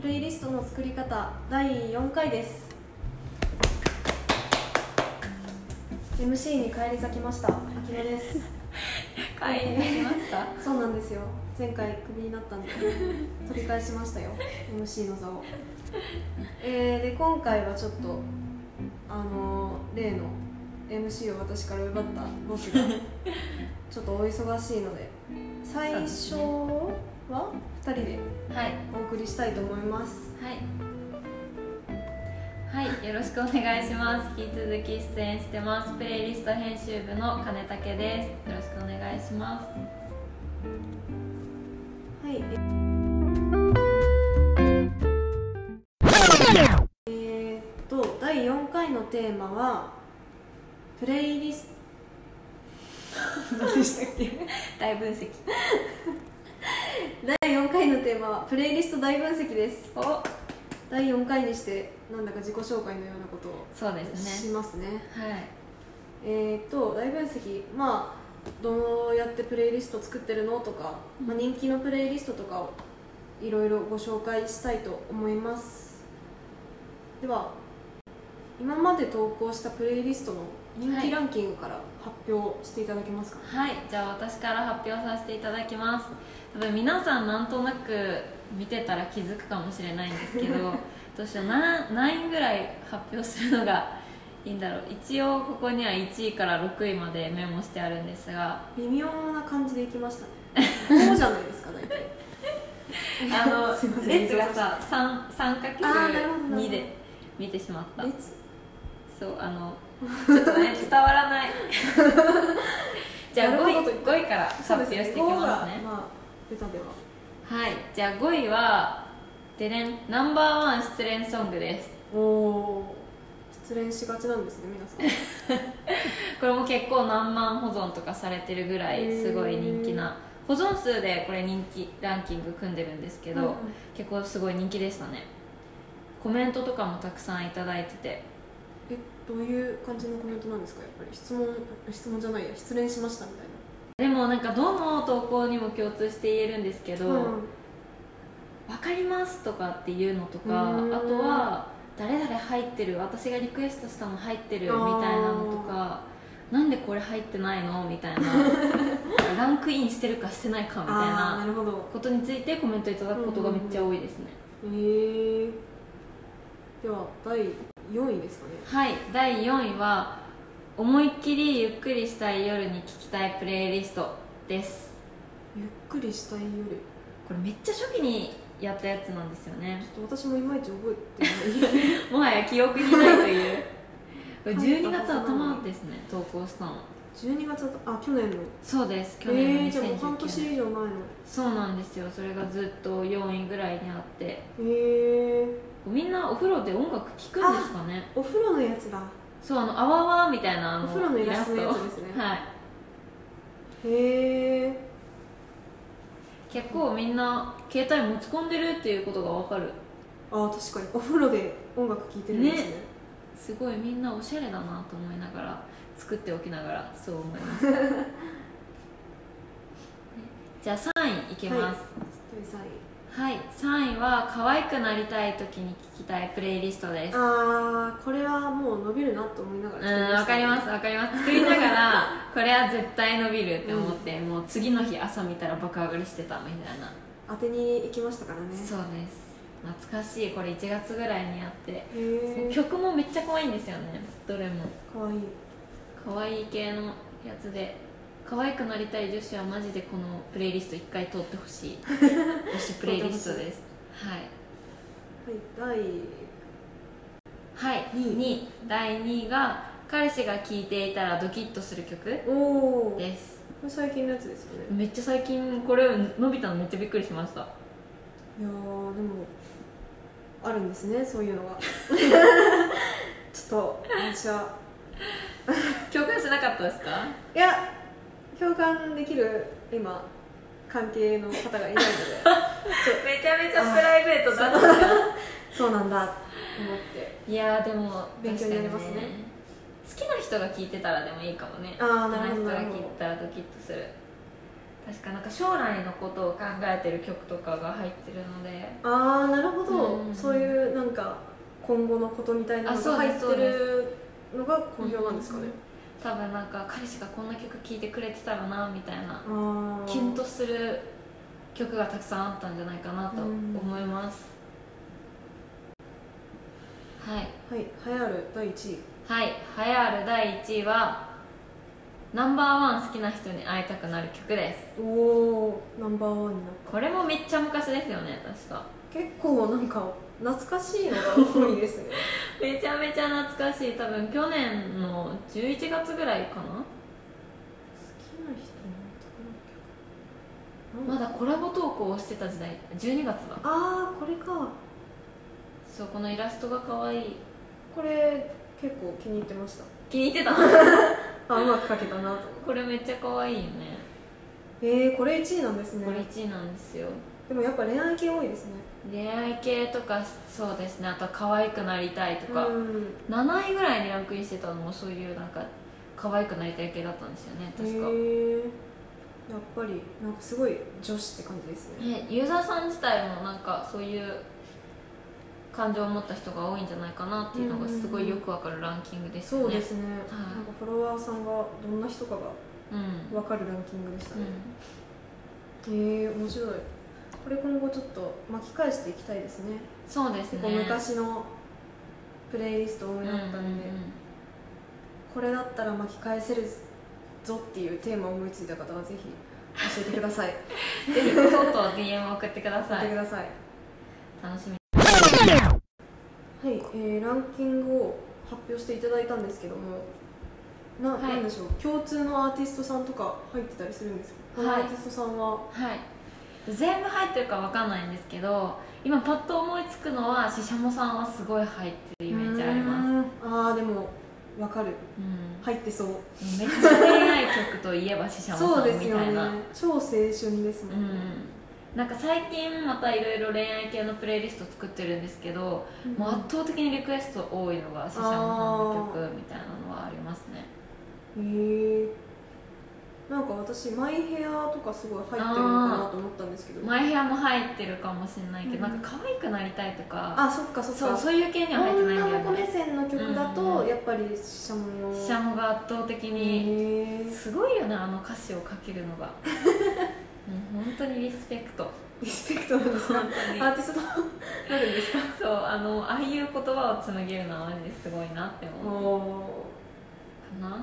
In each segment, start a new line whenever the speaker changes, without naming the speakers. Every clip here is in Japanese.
プレイリストの作り方第4回です MC に返り咲きました秋野です
会員になりました
そうなんですよ前回クビになったんで取り返しましたよ MC の座をえーで今回はちょっとあのー例の MC を私から奪ったボスが ちょっとお忙しいので最初は2人で
はい
お送りしたいと思います
はいはいよろしくお願いします引き続き出演してますプレイリスト編集部の金武ですよろしくお願いします
はいええーっと第4回のテーマはプレイリスト何でしたっけ
大分析
第4回のテーマはプレイリスト大分析です
お
第4回にしてなんだか自己紹介のようなことを
そうです
し
ね
ますね
はい
えーっと大分析まあどうやってプレイリスト作ってるのとか、まあ、人気のプレイリストとかをいろいろご紹介したいと思いますでは今まで投稿したプレイリストの人気ランキングから発表していただけますか、
はいじゃあ私から発表させていただきます多分皆さんなんとなく見てたら気づくかもしれないんですけ どどうしような何位ぐらい発表するのがいいんだろう一応ここには1位から6位までメモしてあるんですが
微妙な感じでいきま したねこうじゃないですか大体
あ の
すいません
列がさ
あーなるほどなるほど
3×2 で見てしまった
列
そうあのちょっ とね伝わらないじゃあ
なるほど
5位5位から発表していきますね
ここがまあ、ベタでは。
はいじゃあ5位はでねんナンバーワン失恋ソングです
おお。失恋しがちなんですね、皆さん。
これも結構何万保存とかされてるぐらいすごい人気な保存数でこれ人気ランキング組んでるんですけど、
うんうん
結構すごい人気でしたねコメントとかもたくさんいただいてて
え、どういう感じのコメントなんですか、やっぱり質問、質問じゃないや、失恋しましたみたいな。
でもなんかどの投稿にも共通して言えるんですけど「わ、かります」とかっていうのとかあ
うん
とは「誰々入ってる私がリクエストしたの入ってる」みたいなのとか「なんでこれ入ってないの?」みたいな ランクインしてるかしてないかみたい
ああー、な
な
るほど。
ことについてコメントいただくことがめっちゃ多いですね、
ええでは、第四位ですかね。
はい第4位は「思いっきりゆっくりしたい夜に聴きたいプレイリスト」です
ゆっくりしたい夜。
これめっちゃ初期にやったやつなんですよね
ちょっと私もいまいち覚えてない。
もはや記憶にないというこれ12月
半
頭
年
ですね投稿したの
十二月だと、あ、去年の。
そうです去年の
ええー、じゃあもう半
2019年、
年以上前の。
そうなんですよそれがずっと4位ぐらいにあって
ええ
みんなお風呂で音楽聴くんですかね
お風呂のやつだ。
そうあのあわわみたいなあの
お風呂のイラストのやつですね
イラストはい
へえ。
結構みんな携帯持ち込んでるっていうことがわかる
あー確かにお風呂で音楽聴いてるんですね
ねすごいみんなおしゃれだなと思いながら作っておきながらそう思いますねじゃあ3位いきます、
第三位
はい、3位は可愛くなりたい時に聴きたいプレイリストです
あーこれはもう伸びるなと思いなが
う
ら作
んわかりますわかります作りながらこれは絶対伸びるって思って、もう次の日朝見たら爆上がりしてたみたいな、
当てに行きましたからね
そうです懐かしいこれ1月ぐらいにやって
へえ
曲もめっちゃ可愛いんですよねどれも
かわいい
可愛い系のやつで可愛くなりたい女子はマジでこのプレイリスト1回通ってほしい推しプレイリストですはい
はい
はい、
二位
2位第2位が彼氏が聴いていたらドキッとする曲
第おおこれ
です
最近のやつですよね
めっちゃ最近これ伸びたのめっちゃびっくりしました
いやーでもあるんですねそういう のがちょっと私は
共感しなかったですか
いや共感できる今関係の方がいないの で
めちゃめち
ゃプ
ライベートだっ
そうなんだと思って
たいやーでも
勉強になりますね
確かに好きな人が聴いてたらでもいいかもね
ああ
好き
な
な
るほ
人
ど
が
なる
聴
ほ
い
ど
てたらドキッとする確かなんか将来のことを考えてる曲とかが入ってるので
ああなるほど、
うん
そういうなんか今後のことみたいなの
あそ
が
う
入
で
っ
す
てるのが好評なんですかね、
多分なんか彼氏がこんな曲聴いてくれてたらなみたいな
ああ
キュンとする曲がたくさんあったんじゃないかなと
うん
思います、はい
はい栄えある第1位
はい栄えある第1位はナンバーワン好きな人に会いたくなる曲です
おおナンバーワンになっ
これもめっちゃ昔ですよね確か
た結構なんか懐かしいのが多 いですね
めちゃめちゃ懐かしい多分去年の11月ぐらいかな
好きな人の
まだコラボ投稿をしてた時代12月だ
ああこれか
そうこのイラストが可愛い
これ結構気に入ってました
気に入ってた
あうまく描けたなと
これめっちゃ可愛いよね
えー、これ1位なんですね
これ1位なんですよ
でもやっぱ恋愛系多いですね
恋愛系とかそうですねあとは可愛くなりたいとか、
うん
7位ぐらいにランクインしてたのもそういうなんか可愛くなりたい系だったんですよね確か、
へえやっぱりなんかすごい女子って感じですね
ねユーザーさん自体もなんかそういう感情を持った人が多いんじゃないかなっていうのがすごいよくわかるランキングですよね
そうですね、なんかフォロワーさんがどんな人かが
うん、う
分
ん
かるランキングでしたね、へえ面白いこれ今後ちょっと巻き返していきたいですね
そうです
結構
ね
昔のプレイリスト多
う
め
んう
だ
ん
ったんで、これだったら巻き返せるぞっていうテーマを思いついた方はぜひ教えてくだ さい
うんぜひこそっと DM 送ってくだ
教
さ
えてく
い
ださい
楽しみ
はい、えーランキングを発表していただいたんですけどもな,、
はい
なんでしょう共通のアーティストさんとか入ってたりするんですか、
はい
このアーティストさんは
はい全部入ってるかわかんないんですけど今パッと思いつくのはししゃもさんはすごい入ってるイメージあります
すああでもわかる
うん
入ってそう
めっちゃ恋愛曲といえばししゃもさん
そうです
み
よ
たい
ね
な
超青春ですもんね、
うんなんか最近またいろいろ恋愛系のプレイリスト作ってるんですけど、
うん
もう圧倒的にリクエスト多いのがししゃもさんの曲みたいなのはありますね
へえなんか私マイヘアとかすごい入ってるのかなと思ったんですけど
マイヘアも入ってるかもしれないけど、
うん
なんか可愛くなりたいとか
あそっかそっか
そうそういう系には入ってないんだ
女の
よ
子目
ね
線の曲だ
うん
と、
うん
やっぱりシャモの
ししゃもが圧倒的
へ
に、
え
すごいよねあの歌詞を書けるのが もう本当にリスペクト
リスペクトなんです
本
か
当に
アーティストのなるんですか
そうあのああいう言葉を紡げるのはマジですごいなって
お
思う
お
かな
確か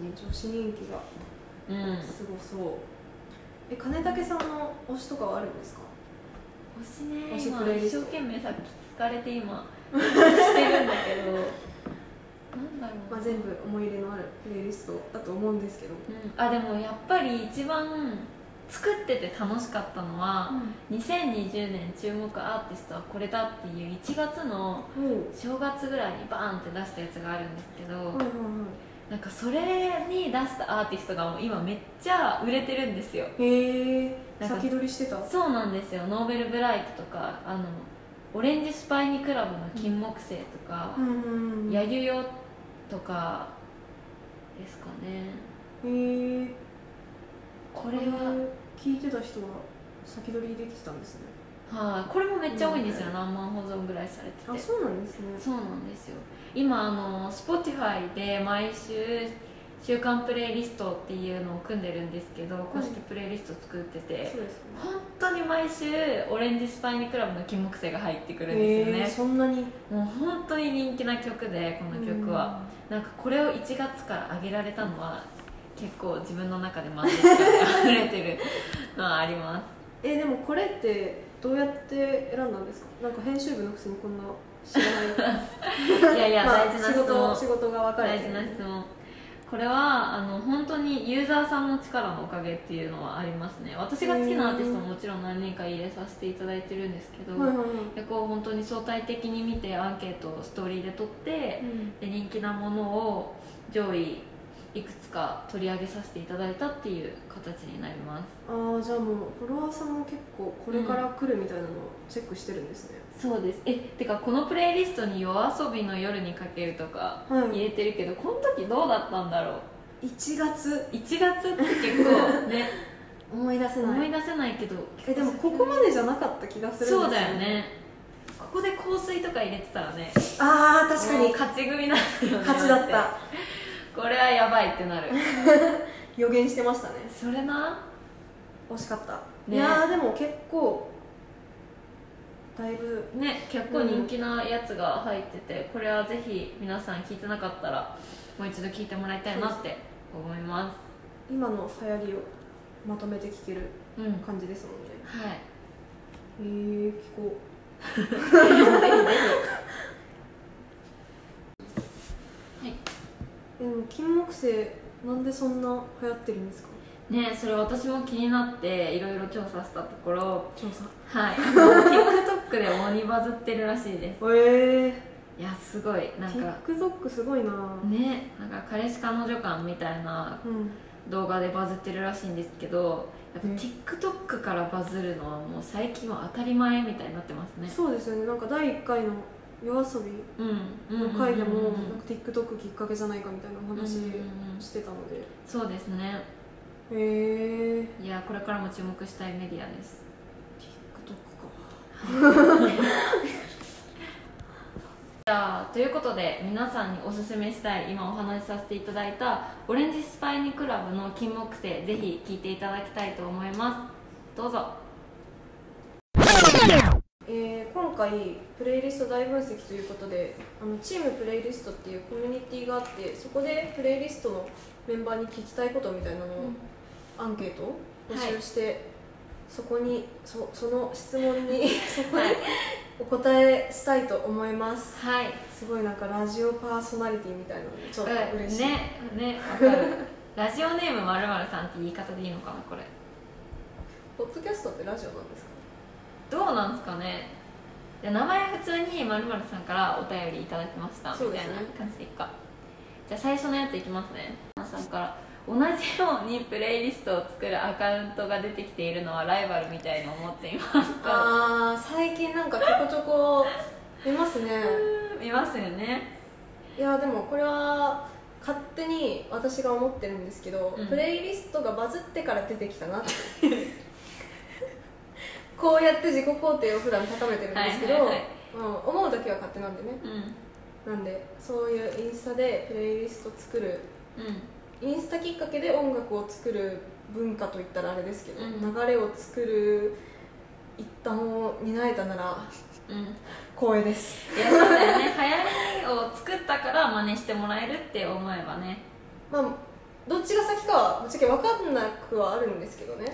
に女子人気が
うん
すごそう、え金武さんの推しとかはあるんですか
推しね
推し
今
プレイリ
一
スト
生懸命さっき聞かれ て今してるんだけどなんだろう、
まあ、全部思い入れのあるプレイリストだと思うんですけど、
うん、あでもやっぱり一番作ってて楽しかったのは、2020年注目アーティストはこれだっていう1月の
うん、お
正月ぐらいにバーンって出したやつがあるんですけど、
はいはいはい
なんかそれに出したアーティストがもう今めっちゃ売れてるんですよ
へえ
なんか
先取りしてた
そうなんですよノーベルブライトとかあのオレンジスパイニクラブの金木犀とか、
んうんうんへ
柳生とかですかね
え
これは、はい、
聞いてた人は先取りできてたんですね
これもめっちゃ多いんですよ、何万保存ぐらいされて
あ
て
そうなんですね
そうなんですよ今あの Spotify で毎週週間プレイリストっていうのを組んでるんですけど公式プレイリスト作ってて、
そうですね
本当に毎週オレンジスパイニクラブの金木犀が入ってくるんですよ
へえ
ね、
そんなに
もう本当に人気な曲でこの曲は、なんかこれを1月から上げられたのは結構自分の中で満足感が溢れてるのはありま
えでもこれってどうやって選んだんですかなんか編集部のくせにこんな知らない
すいや いや
まあ
大事な質問
仕事仕事が分かれ
大
て
事
る
な質問これはあの本当にユーザーさんの力のおかげっていうのはありますね私が好きなアーティストももちろん何人か入れさせていただいてるんですけど、
はいはいはい、
でこう本当に相対的に見てアンケートをストーリーで取ってで人気なものを上位いくつか取り上げさせていただいたっていう形になります
ああじゃあもうフォロワーさんも結構これから来るみたいなのをチェックしてるんですね、
そうですえてかこのプレイリストに「夜遊びの夜にかける」とか
は
入
い
れてるけどこの時どうだったんだろ
1月
う1月って結構ね
思い出せ
思
ないい
出せないけど
えでもここまでじゃなかった気がするんです
そうだよねここで香水とか入れてたらね
ああ確か
もう
に
勝ち組なんだよね
勝ちだった
これはやばいってなる
予言してましたね
それな
惜しかった、い
ね
やーでも結構だいぶ
ね結構人気なやつが入ってて、これはぜひ皆さん聞いてなかったらもう一度聞いてもらいたいなって思いま
今の流行りをまとめて聞ける
すうん
感じですもんね
はい
えー、聞こ うでも金木犀なんでそんな流行ってるんですか
ねそれ私も気になっていろいろ調査したところ
調査
はい TikTok で鬼バズってるらしいで
ええ
すいやすごいなんか
TikTok すごいな
ねなんか彼氏彼女感みたいな
うん
動画でバズってるらしいんですけどやっぱ
ね
TikTok からバズるのはもう最近は当たり前みたいになってますね
そうですよねなんか第1回の夜遊び
うん
の回で
うんうん
も
うんうん
なんか TikTok きっかけじゃないかみたいなお話
うんうんうん
してたので
そうですね
へえ TikTok
いやこれからも注目したいメディアです
か
じゃあということで皆さんにおすすめしたい今お話しさせていただいたオレンジスパイニクラブの金木犀ぜひ聴いていただきたいと思いますどうぞ
えー今回プレイリスト大分析ということであのチームプレイリストっていうコミュニティがあってそこでプレイリストのメンバーに聞きたいことみたいなのを、アンケートを募集して、そこにそその質問 にそこに
はい
お答えしたいと思います
はい
すごいなんかラジオパーソナリティみたいなのでちょっと
うん
嬉しい、
ねねわかるラジオネームまるまるさんって言い方でいいのかなこれ
ポッドキャストってラジオなんですか
どうなんですかねいや名前普通にまるまるさんからお便りいただきました
そう
み
で
たい
すね
な感じでいっかじゃあ最初のやついきますね皆さんから同じようにプレイリストを作るアカウントが出てきているのはライバルみたいに思っていますか
あー最近なんかちょこちょこ出ますね
いますよね
いやでもこれは勝手に私が思ってるんですけど、
うん
プレイリストがバズってから出てきたなって こうやって自己肯定を普段高めてるんですけど、
はいはいはい
うん、思う時は勝手なんでね
うん
なんでそういうインスタでプレイリスト作るインスタきっかけで音楽を作る文化といったらあれですけど、
うん
流れを作る一端を担えたなら
うんうん
光栄です
いやそうだよね流行りを作ったから真似してもらえるって思えばね
まあどっちが先かはぶっちゃけ分かんなくはあるんです けどね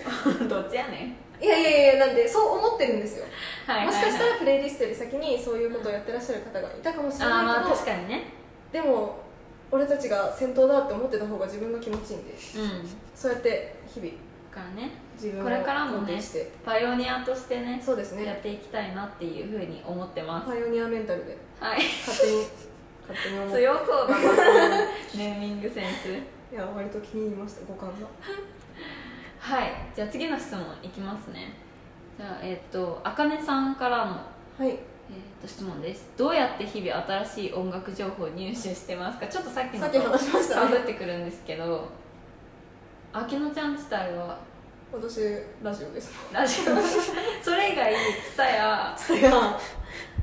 どっちやね
いやいやいやなんでそう思ってるんですよ
んはいはい、はい、
もしかしたらプレイリストより先にそういうことをやってらっしゃる方がいたかもしれ
あー
ない
まあ
けど、
確かにね
でも俺たちが先頭だって思ってた方が自分が気持ちいいんで
うんだ
そうやって日々
からね
自分を
これからもね
肯定して
パイオニアとしてね
そうです
や
ね
っていきたいなっていうふうに思ってます
パイオニアメンタルで
はい
勝手に勝手に思ってい
強そうだな ネーミングセンス
や割と気に入りました五感が
はいじゃあ次の質問いきますねじゃあえっ、とあかねさんからの、
はい
えー、と質問ですどうやって日々新しい音楽情報を入手してますかちょっとさっき
さ
の
っき
と
話しました
かぶ
ね
ってくるんですけどあきのちゃん自体は
私ラジオです
ラジオそれ以外ツタヤ
それが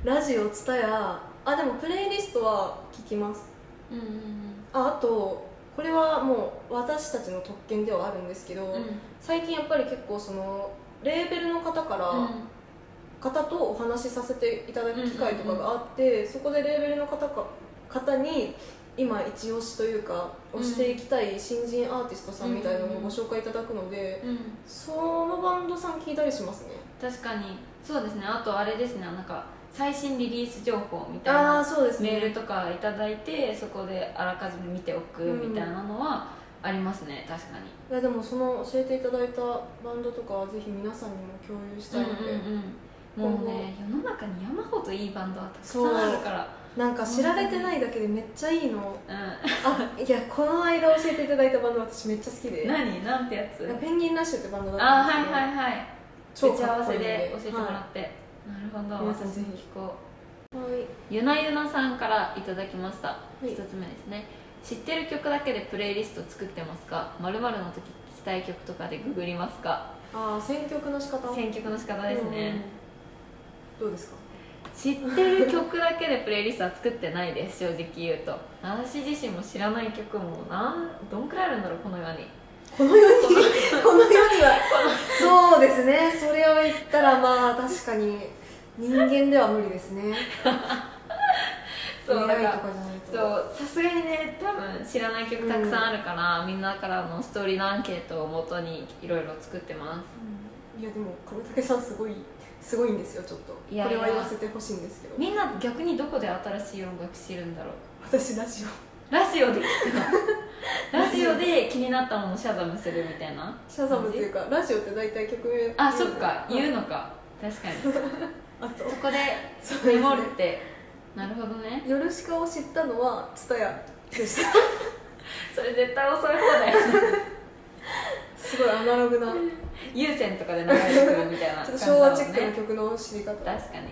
ラジオツタヤあでもプレイリストは聞きます
うんうん
ああとこれはもう私たちの特権ではあるんですけど、
うんうん
最近やっぱり結構そのレーベルの方から、方とお話しさせていただく機会とかがあって、そこでレーベルの方か方に今一押しというか
うん
推していきたい新人アーティストさんみたいなのをご紹介いただくので、
うんうん
そのバンドさん聞いたりしますね
確かにそうですねあとあれですねなんか最新リリース情報みたい
ああ
な
そうですね
メールとかいただいてそこであらかじめ見ておく
うん
みたいなのはありますね確かに
いやでもその教えていただいたバンドとかはぜひ皆さんにも共有したいので、
うんうんうんもうね世の中に山ほどいいバンドはたくさんあるから
なんか知られてないだけでめっちゃいいの
う、
あいやこの間教えていただいたバンド私めっちゃ好きで
ん、 何なんてやつ
ペンギンラッシュってバンドだっ
ああ
た
は
ん
い
ですけど、
はいはい
超
打ち合
かっ
わ
こい
せ
いん
で教えてもらって、なるほど
皆さんぜひ
聞こう
はいはい
ゆなゆなさんからいただきました
い
一つ目ですね知ってる曲だけでプレイリスト作ってますか○○の時聴きたい曲とかでググりますか
ああ選曲の仕方
選曲の仕方ですね、、
うんどうですか
知ってる曲だけでプレイリストは作ってないです正直言うと私自身も知らない曲もなんどんくらいあるんだろうこの世に
この世 にこの世にはそうですねそれを言ったらまあ確かに人間では無理ですね
そうだ
い
か
とか
ら
じゃないと
そうさすがにね多分知らない曲たくさんあるから、みんなからのストーリーのアンケートをもとにいろいろ作ってま
うんいやでも亀竹さんすごいすごいんですよちょっと
いやいや
これは言わせてほしいんですけど
すみんな逆にどこで新しい音楽知るんだろう
私ラジオ
ラジオで聞くのラジオで気になったものをシャザムするみたいな
シャザムっていうかラジオって大体曲名
あそっか言う
の
のか確かに
あと
そ
そ
こ
う
で
ですね
メモるってなるほどね
ヨルシカを知ったのはツタヤで した
それ絶対遅い方だよ
すごいアナログなちょ
有線とかで流れてくるみ たいな
っ
感
と
じ
昭
だも
和
ん
チック
ね
な曲の知り方あ
確かにそうね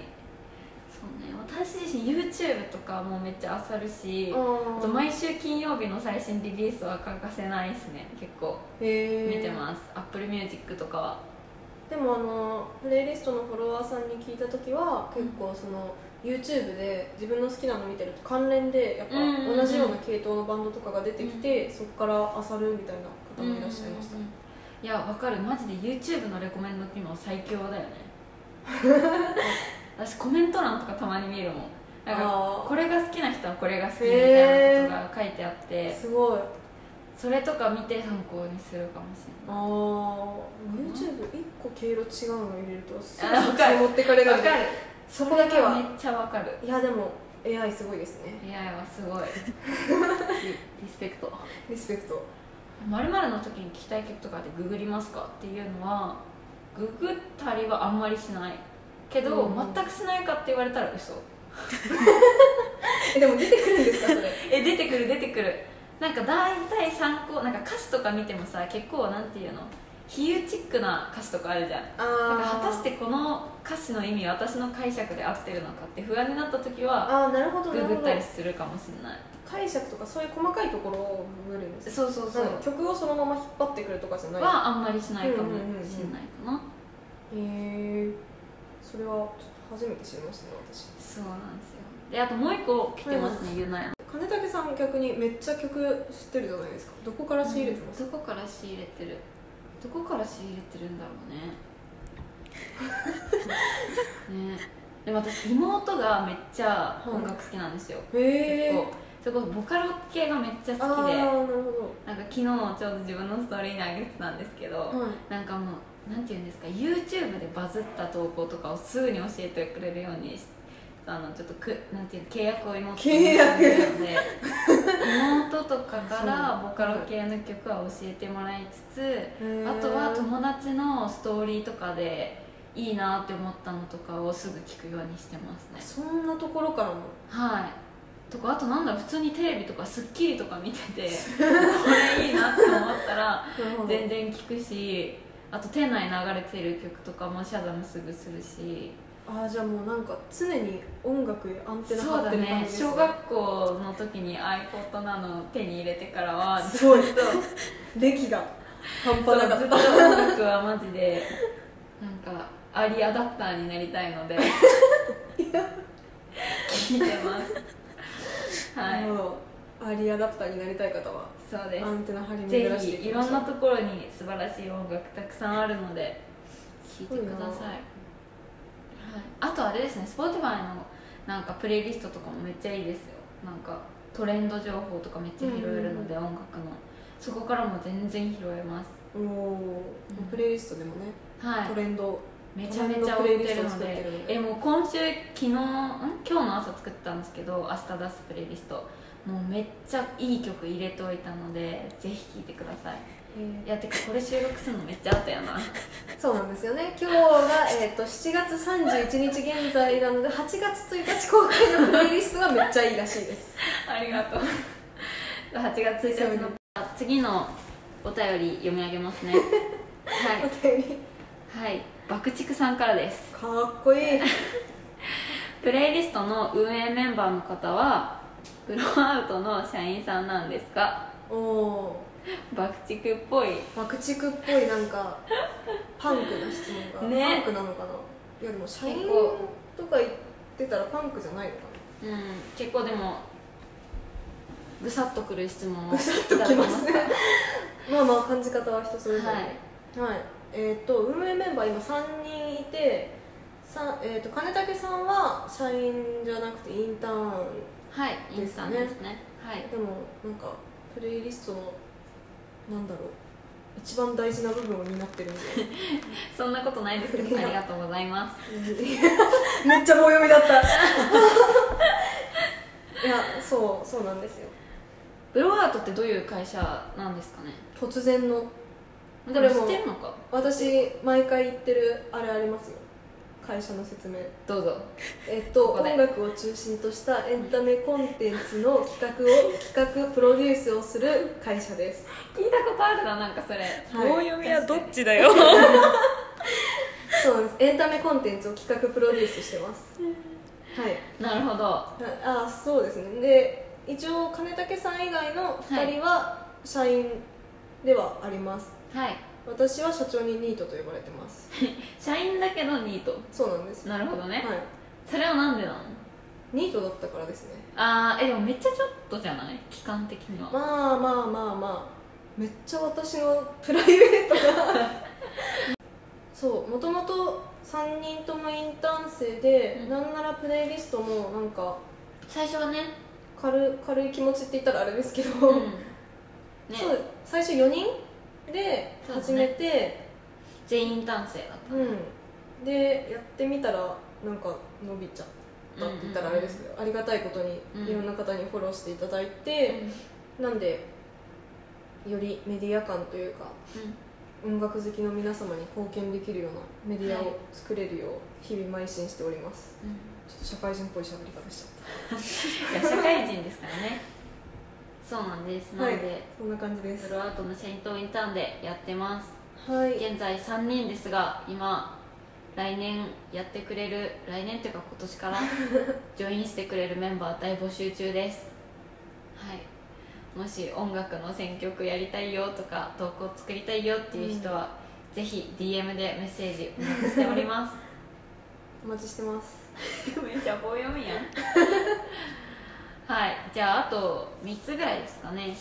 私自身 YouTube とかもめっちゃ漁るしあ
ー
と毎週金曜日の最新リリースは欠かせないですね結構
へー
見てます AppleMusic とかは
でもあのプレイリストのフォロワーさんに聞いた時は結構その YouTube で自分の好きなの見てると関連でやっぱ
うんうんうん
同じような系統のバンドとかが出てきて、そこから漁るみたいな方もいらっしゃいました、
うんうんうんいやわかるマジで YouTube のレコメンドって今最強だよ ね私コメント欄とかたまに見るもんなん
あ
か
ー
これが好きな人はこれが好きみたいなことが書いてあって
すごいあ
それとか見て参考にするかもしれ
あ
ない
YouTube1 個経路違うの入れるとすぐ
あ
そっ
わ
ち
かる
に持ってかれる
わかる
そこだけは
めっちゃわかる
いやでも AI すごいですね
AI はすごいリリスペクト
リスペク ト
まるの時に聞きたい曲とかでググりますかっていうのはググったりはあんまりしないけど、
うん
全くしないかって言われたら嘘
えでも出てくるんですかそれ
え出てくる出てくるなんか大体参考なんか歌詞とか見てもさ結構なんていうの比喩チックな歌詞とかあるじゃん
あ
だから
ー
果たしてこの歌詞の意味私の解釈で合ってるのかって不安になった時は
あーなるほどな
グ
る
グっ
ほど
たりするかもしれない
解釈とかそういう細かいところをググるんです
そうそうそ
なんか
う
曲をそのまま引っ張ってくるとかじゃない
はあんまりしないかも
うんうんうんうん
しれないかな
へえそれはちょっと初めて知りましたね私
そうなんですよであともう一個来てますね、ゆなや
金武さん逆にめっちゃ曲知ってるじゃないですかどこから仕入れてます、
どこから仕入れてるどこから仕入れてるんだろう ねねでも私妹がめっちゃ音楽好きなんですよ、
へえ
結構それこそボカロ系がめっちゃ
あ
好
あ
きで
ーな
なんか
るほ
昨日ちょうど自分のストーリーにあげてたんですけど、
ど、はい、
なんかもうなんていうんですか YouTube でバズった投稿とかをすぐに教えてくれるようにしあのちょっとくなんていうの契約を妹と
契約
結んでるので妹とかからボカロ系の曲は教えてもらいつつあとは友達のストーリーとかでいいなって思ったのとかをすぐ聞くようにしてますね
そんなところからも
はいとかあとなんだろう普通にテレビとか『スッキリ』とか見て てこれいいなって思ったら全然聞くしあと店内流れてる曲とかもシャザムすぐするし
ああじゃあもうなんか常に音楽へアンテナ
そう
張っ
だ
てる感
ね
じです
小学校の時に iPod なのを手に入れてからはずっ
すごい歴が半
と
端
ず
な
っと
か
音
っ
楽はマジでなんかアリアダプターになりたいの で聞いてます
た、
はい
もうアリアダプターになりたい方は
そうです
アンテナ張り巡
ぜ
らして
ひい
きま
ろ
し
ん
ょ
な
う
ところに素晴らしい音楽たくさんあるので聴いてください、
すごいな
はい、あとあれですね Spotify のなんかプレイリストとかもめっちゃいいですよなんかトレンド情報とかめっちゃ拾えるので、音楽のそこからも全然拾えます
おお
うん
プレイリストでもね、
はい
トレンド
めちゃめちゃ
ト
追
レンドプレ
っ
イリ
て
ス
る
トを作
の
ってる
で
ので
えもう今週昨日ん今日の朝作ったんですけど明日出すプレイリストもうめっちゃいい曲入れておいたのでぜひ聴いてくださいいやてかこれ収録するのめっちゃあったよな
そうなんですよね今日が、えー、と7月31日現在なので8月1日公開のプレイリストがめっちゃいいらしいです
ありがとう。8月1日のあ次のお便り読み上げます ね。は
お便り
い。はい。爆竹さんからです。
かっこいい
プレイリストの運営メンバーの方は、フロアアウトの社員さんなんですか
おお
爆竹っぽい
爆竹っぽいなんかパンクな質問 が、
ね
パンクなのかないやでも社員
結構
とか言ってたらパンクじゃないのか
うん結構でもぐさっとくる質問を
ぐさっときますね
いただき
なまあまあ感じ方は人それ
ま
ぞ
す
れ
は
はいい、えっ、と運営メンバー今3人いてさんえー、と金武さんは社員じゃなくてインターン
はいイ
で
ン
すね
スタントですねはい
でもなんかプレイリストのなんだろう一番大事な部分を担ってるんで
そんなことないです けどありがとうございます
めっちゃ棒読みだったいやそうそうなんですよ
ブロワートってどういう会社なんですかね
突然の
でも知ってるのか
私毎回言ってるあれありますよ会社の説明
どうぞ
えっと
ここで
音楽を中心としたエンタメコンテンツの企画を企画プロデュースをする会社です
聞いたことあるななんかそれ
はい棒
読
ちだよ
そうですエンタメコンテンツを企画プロデュースしてますはい
なるほど
ああそうですねで一応金武さん以外の2人は社員ではあります、
はい
私は社長にニートと呼ばれてます
社員だけどニート
そうなんです、
なるほどね、
はい、
それはなんでなの
ニートだったからですね
あーえでもめっちゃちょっとじゃない期間的には、
まあまあまあまあめっちゃ私のプライベートが そうもともと3人ともインターン生で、
うん
なんならプレイリストもなんか
最初はね
軽軽い気持ちって言ったらあれですけど、
うんね
そう最初4人で
そうです
始
ね
めて、
全員男性だっ
うん、でやってみたらなんか伸びちゃったって言ったらあれですけど、ありがたいことに
うん
いろんな方にフォローしていただい
た、
て、なんでよりメディア感というか音楽好きの皆様に貢献できるようなメディア
はい
を作れるよう日々邁進しております
うん
ちょっと社会人っぽい喋り方しちゃっ
いや社会人ですからねそうなんです
た
なので、
そんな感じで
ブ
す
ロアウトの社員とインターンでやってます
はい
現在3人ですが今来年やってくれる来年っていうか今年から ジョインしてくれるメンバー大募集中ですはいもし音楽の選曲やりたいよとか投稿作りたいよっていう人は、ぜひ DM でメッセージお待ちしております
お待ちしてます
めっちゃ棒読みやん はいじゃああと3つぐらいですかね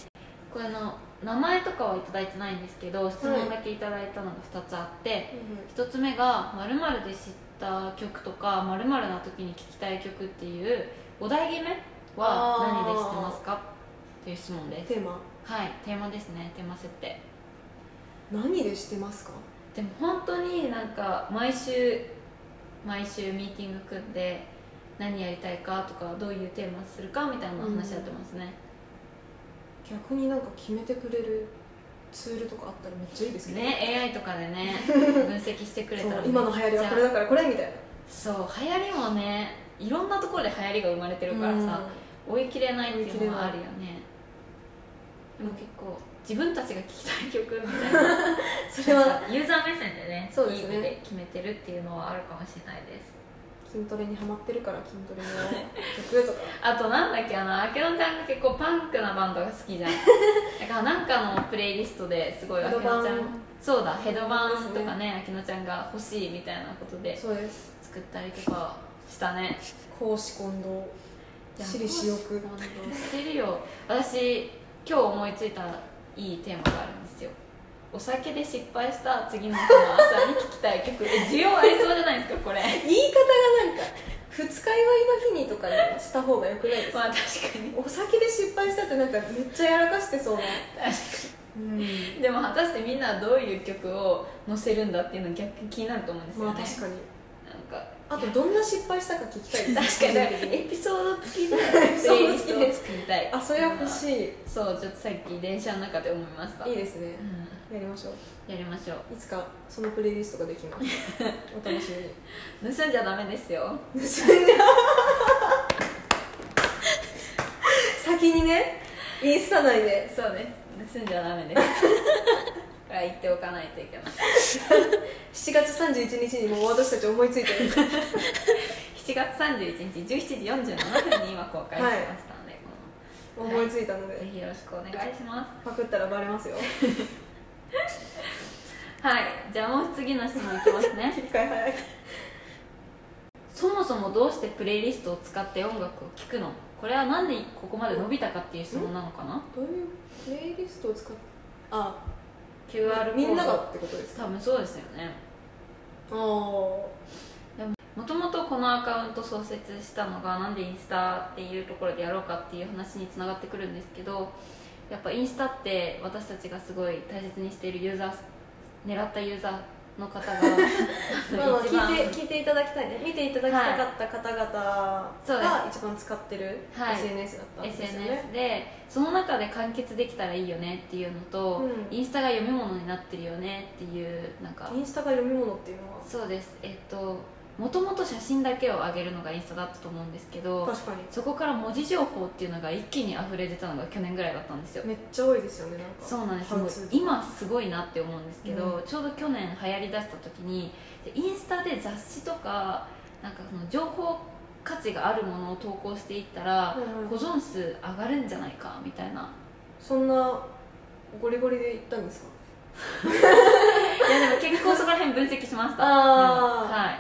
これの名前とかはいただいてないんですけど質問だけいただいたのが2つあって、一つ目が「まるで知った曲とか「まるな時に聴きたい曲っていうお題決めは何で知ってますかという質問です
テーマ
はいテーマですねテーマ設定
何でしてますか
でも本当になんか毎週毎週ミーティング組んで何やりたいかとかどういうテーマするかみたいな話やってますね、
逆になんか決めてくれるツールとかあったらめっちゃいいですけど
ね AI とかでね分析してくれ
そ
たら
う今の流行りはこれだからこれみたいな
そう流行りもねいろんなところで流行りが生まれてるからさ、追い切れないっていうのはあるよねでも結構自分たちが聴きたい曲みたいな
それは
なんかユーザー目線でね
そうですね
いい意味で決めてるっていうのはあるかもしれないです
筋トレにハマってるから筋トレの曲とか
あとなんだっけあのあけのちゃんが結構パンクなバンドが好 きじゃんだからなんかのプレイリストですごいあけのちゃん
ヘドバン
そうだヘドバンとかねあけのちゃんが欲しいみたいなことで
そうです
作ったりとかしたね
公私混同私利私欲
本当してるよ私今日思いついたいいテーマがあるんですよお酒で失敗した次の日の朝に聴きたい曲え需要ありそうじゃないですかこれ
言い方がなんか二日酔いの日にとかにした方がよくないですか
まあ確かに
お酒で失敗したってなんかめっちゃやらかしてそうなうん
でも果たしてみんなはどういう曲を載せるんだっていうの逆に気になると思うんですよ
ま
ね、
あ確かに
なんか
あとどんな失敗したか聞きたいで
確
す
かに
個人的
エ
に
ピソード付きで
そう
プレイリストを作りたい
あそれは欲しい
そうちょっとさっき電車の中で思いました
いいですね
う
やりましょうん
やりましょう
いつかそのプレイリストができますお楽しみに
盗んじゃダメですよ
先にねインスタ内で
そうです盗んじゃ ダメですこれは言っておかないといけない
7月31日にもう私たち思いついてる
7月31日17時47分に今公開しましたので、こ
思いついたので、
ぜひよろしくお願いします
パクったらバレますよ
はいじゃあもう次の質問いきますね
切り替え早い
そもそもどうしてプレイリストを使って音楽を聴くのこれはなんでここまで伸びたかっていう質問なのかな
どういうプレイリストを使ってあ
QR コード
みんながってことですか
多分そうですよね
ああ
もともとこのアカウント創設したのがなんでインスタっていうところでやろうかっていう話につながってくるんですけどやっぱインスタって私たちがすごい大切にしているユーザー狙ったユーザーの方 が
まあまあ、
一番
聞いて聞いていただきたいね見ていただきたかった方々
そうで
が一番使ってる
はい
SNS だったんですよね、
SNS でその中で完結できたらいいよねっていうのと、
うん
インスタが読み物になってるよねっていうなんか
インスタが読み物っていうのは
そうですえっともともと写真だけを上げるのがインスタだったと思うんですけど
確かに
そこから文字情報っていうのが一気に溢れ出たのが去年ぐらいだったんですよ
めっちゃ多いですよねなんか
そうなんです
ハウ
もう
ツーとか
今すごいなって思うんですけど、ちょうど去年流行りだした時にでインスタで雑誌とかなんかその情報価値があるものを投稿していったら、
うんうん
保存数上がるんじゃないかみたいな
そんなゴリゴリで行ったんですか
いやでも結構そこら辺分析しました
あー
うんはい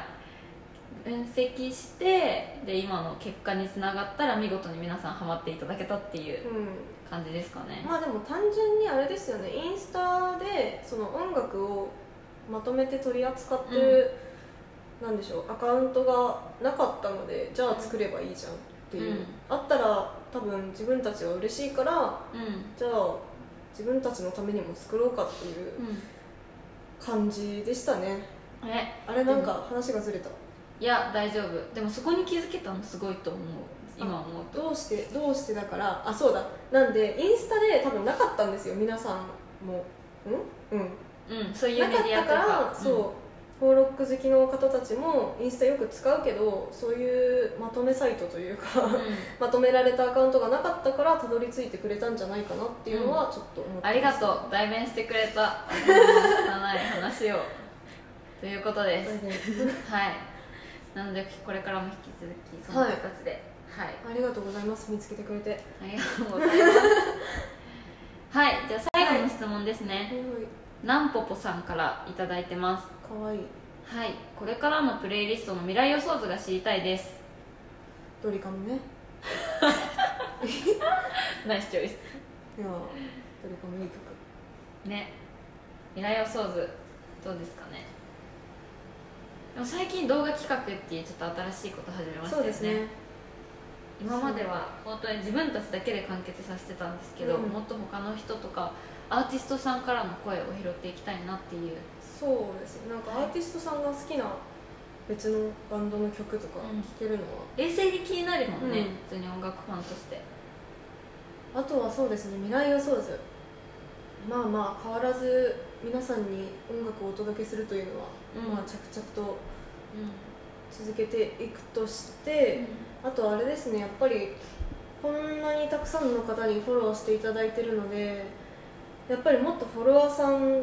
分析してで今の結果につながったら見事に皆さんハマっていただけたっていう
う
感じですかね
んまあでも単純にあれですよねインスタでその音楽をまとめて取り扱ってる、なんでしょうアカウントがなかったのでじゃあ作ればいいじゃんっていう、
うん
あったら多分自分たちは嬉しいから
うん
じゃあ自分たちのためにも作ろうかっていう感じでしたね
うんえ
あれなんか話がずれた
いや大丈夫でもそこに気づけたのすごいと思う今思うと
どうしてどうしてだからあそうだなんでインスタで多分なかったんですよ皆さんもうんうん
うんそういう
な
メ
かっ
ディア
た
と
か、
からん
そうフォーロック好きの方たちもインスタよく使うけどそういうまとめサイトというか、
うん
まとめられたアカウントがなかったからたどり着いてくれたんじゃないかなっていうのはちょっと思ってます、
ありがとう代弁してくれた汚い話をということですはいなのでこれからも引き続きその形ではい
ありがとうございます見つけてくれて
ありがとうござい ますはいじゃあ最後の質問ですね、なんぽぽさんから頂いただいてます
かわいい
はいこれからのプレイリストの未来予想図が知りたい です
ドリカムね
ナイスチョイス
いやードリカムいい曲
ね未来予想図どうですかねでも最近動画企画っていうちょっと新しいこと始めました
そう
よ
で
ね
すね
今までは本当に自分たちだけで完結させてたんですけど、
うん
もっと他の人とかアーティストさんからの声を拾っていきたいなっていう
そうですねなんかアーティストさんが好きな別のバンドの曲とか
うん
聴けるのは、
冷静に気になるもんね、
うん
普通に音楽ファンとして
あとはそうですね未来予想図まあまあ変わらず皆さんに音楽をお届けするというのは、
うん
まあ着々と
う
続けていくとして、あとあれですねやっぱりこんなにたくさんの方にフォローしていただいてるのでやっぱりもっとフォロワーさん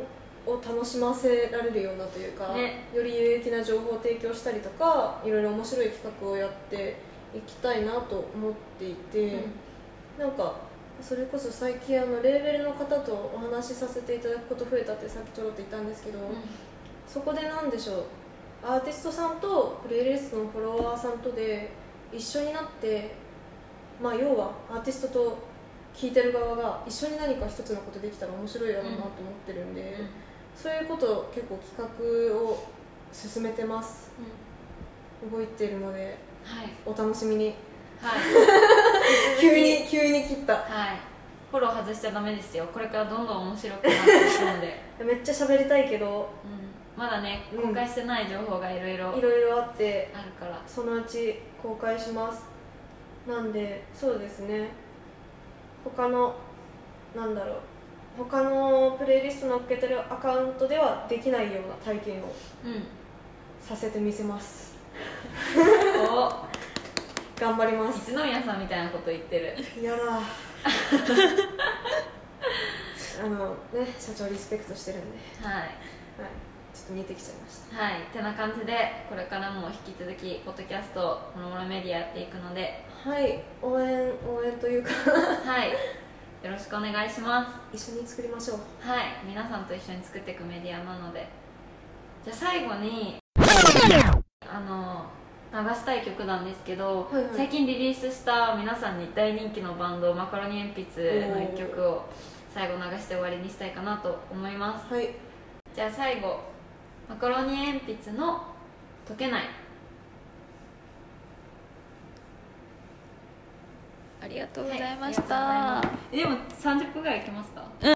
を楽しませられるようなというか、
ね
より有益な情報を提供したりとかいろいろ面白い企画をやっていきたいなと思っていて。
ん
なんかそれこそ最近あのレーベルの方とお話しさせていただくこと増えたってさっきちょろっと言ったんですけど、そこでなんでしょうアーティストさんとプレイリストのフォロワーさんとで一緒になってまあ要はアーティストと聴いてる側が一緒に何か一つのことできたら面白いだろうなと思ってるんで、
うん
そういうことを結構企画を進めてます動いてるので
はい
お楽しみに
はい
急に急に切った
はいフォロー外しちゃダメですよこれからどんどん面白くなっていくので、
めっちゃ喋りたいけど
うん、まだね
うん
公開してない情報がいろいろあ
い
る
ろいろあって
から
そのうち公開しますなんでそうですね他のなんだろう他のプレイリストのっけてるアカウントではできないような体験を
うん
させてみせます
お
頑張ります
一宮さんみたいなこと言って る
やだあのね社長リスペクトしてるんで、
はい
はい、ちと似てきちゃいました
はいてな感じでこれからも引き続きポッドキャストもろもろメディアやっていくので
はい応援応援というか
はいよろしくお願いします
一緒に作りましょう
はい皆さんと一緒に作っていくメディアなのでじゃあ最後にあの流したい曲なんですけど、
はいはい
最近リリースした皆さんに大人気のバンドマカロニ鉛筆の1曲を最後流して終わりにしたいかなと思います
はい
じゃあ最後マカロニ鉛筆の「溶けない」
ありがと
あ
うございました。
でも30分ぐらいいけますか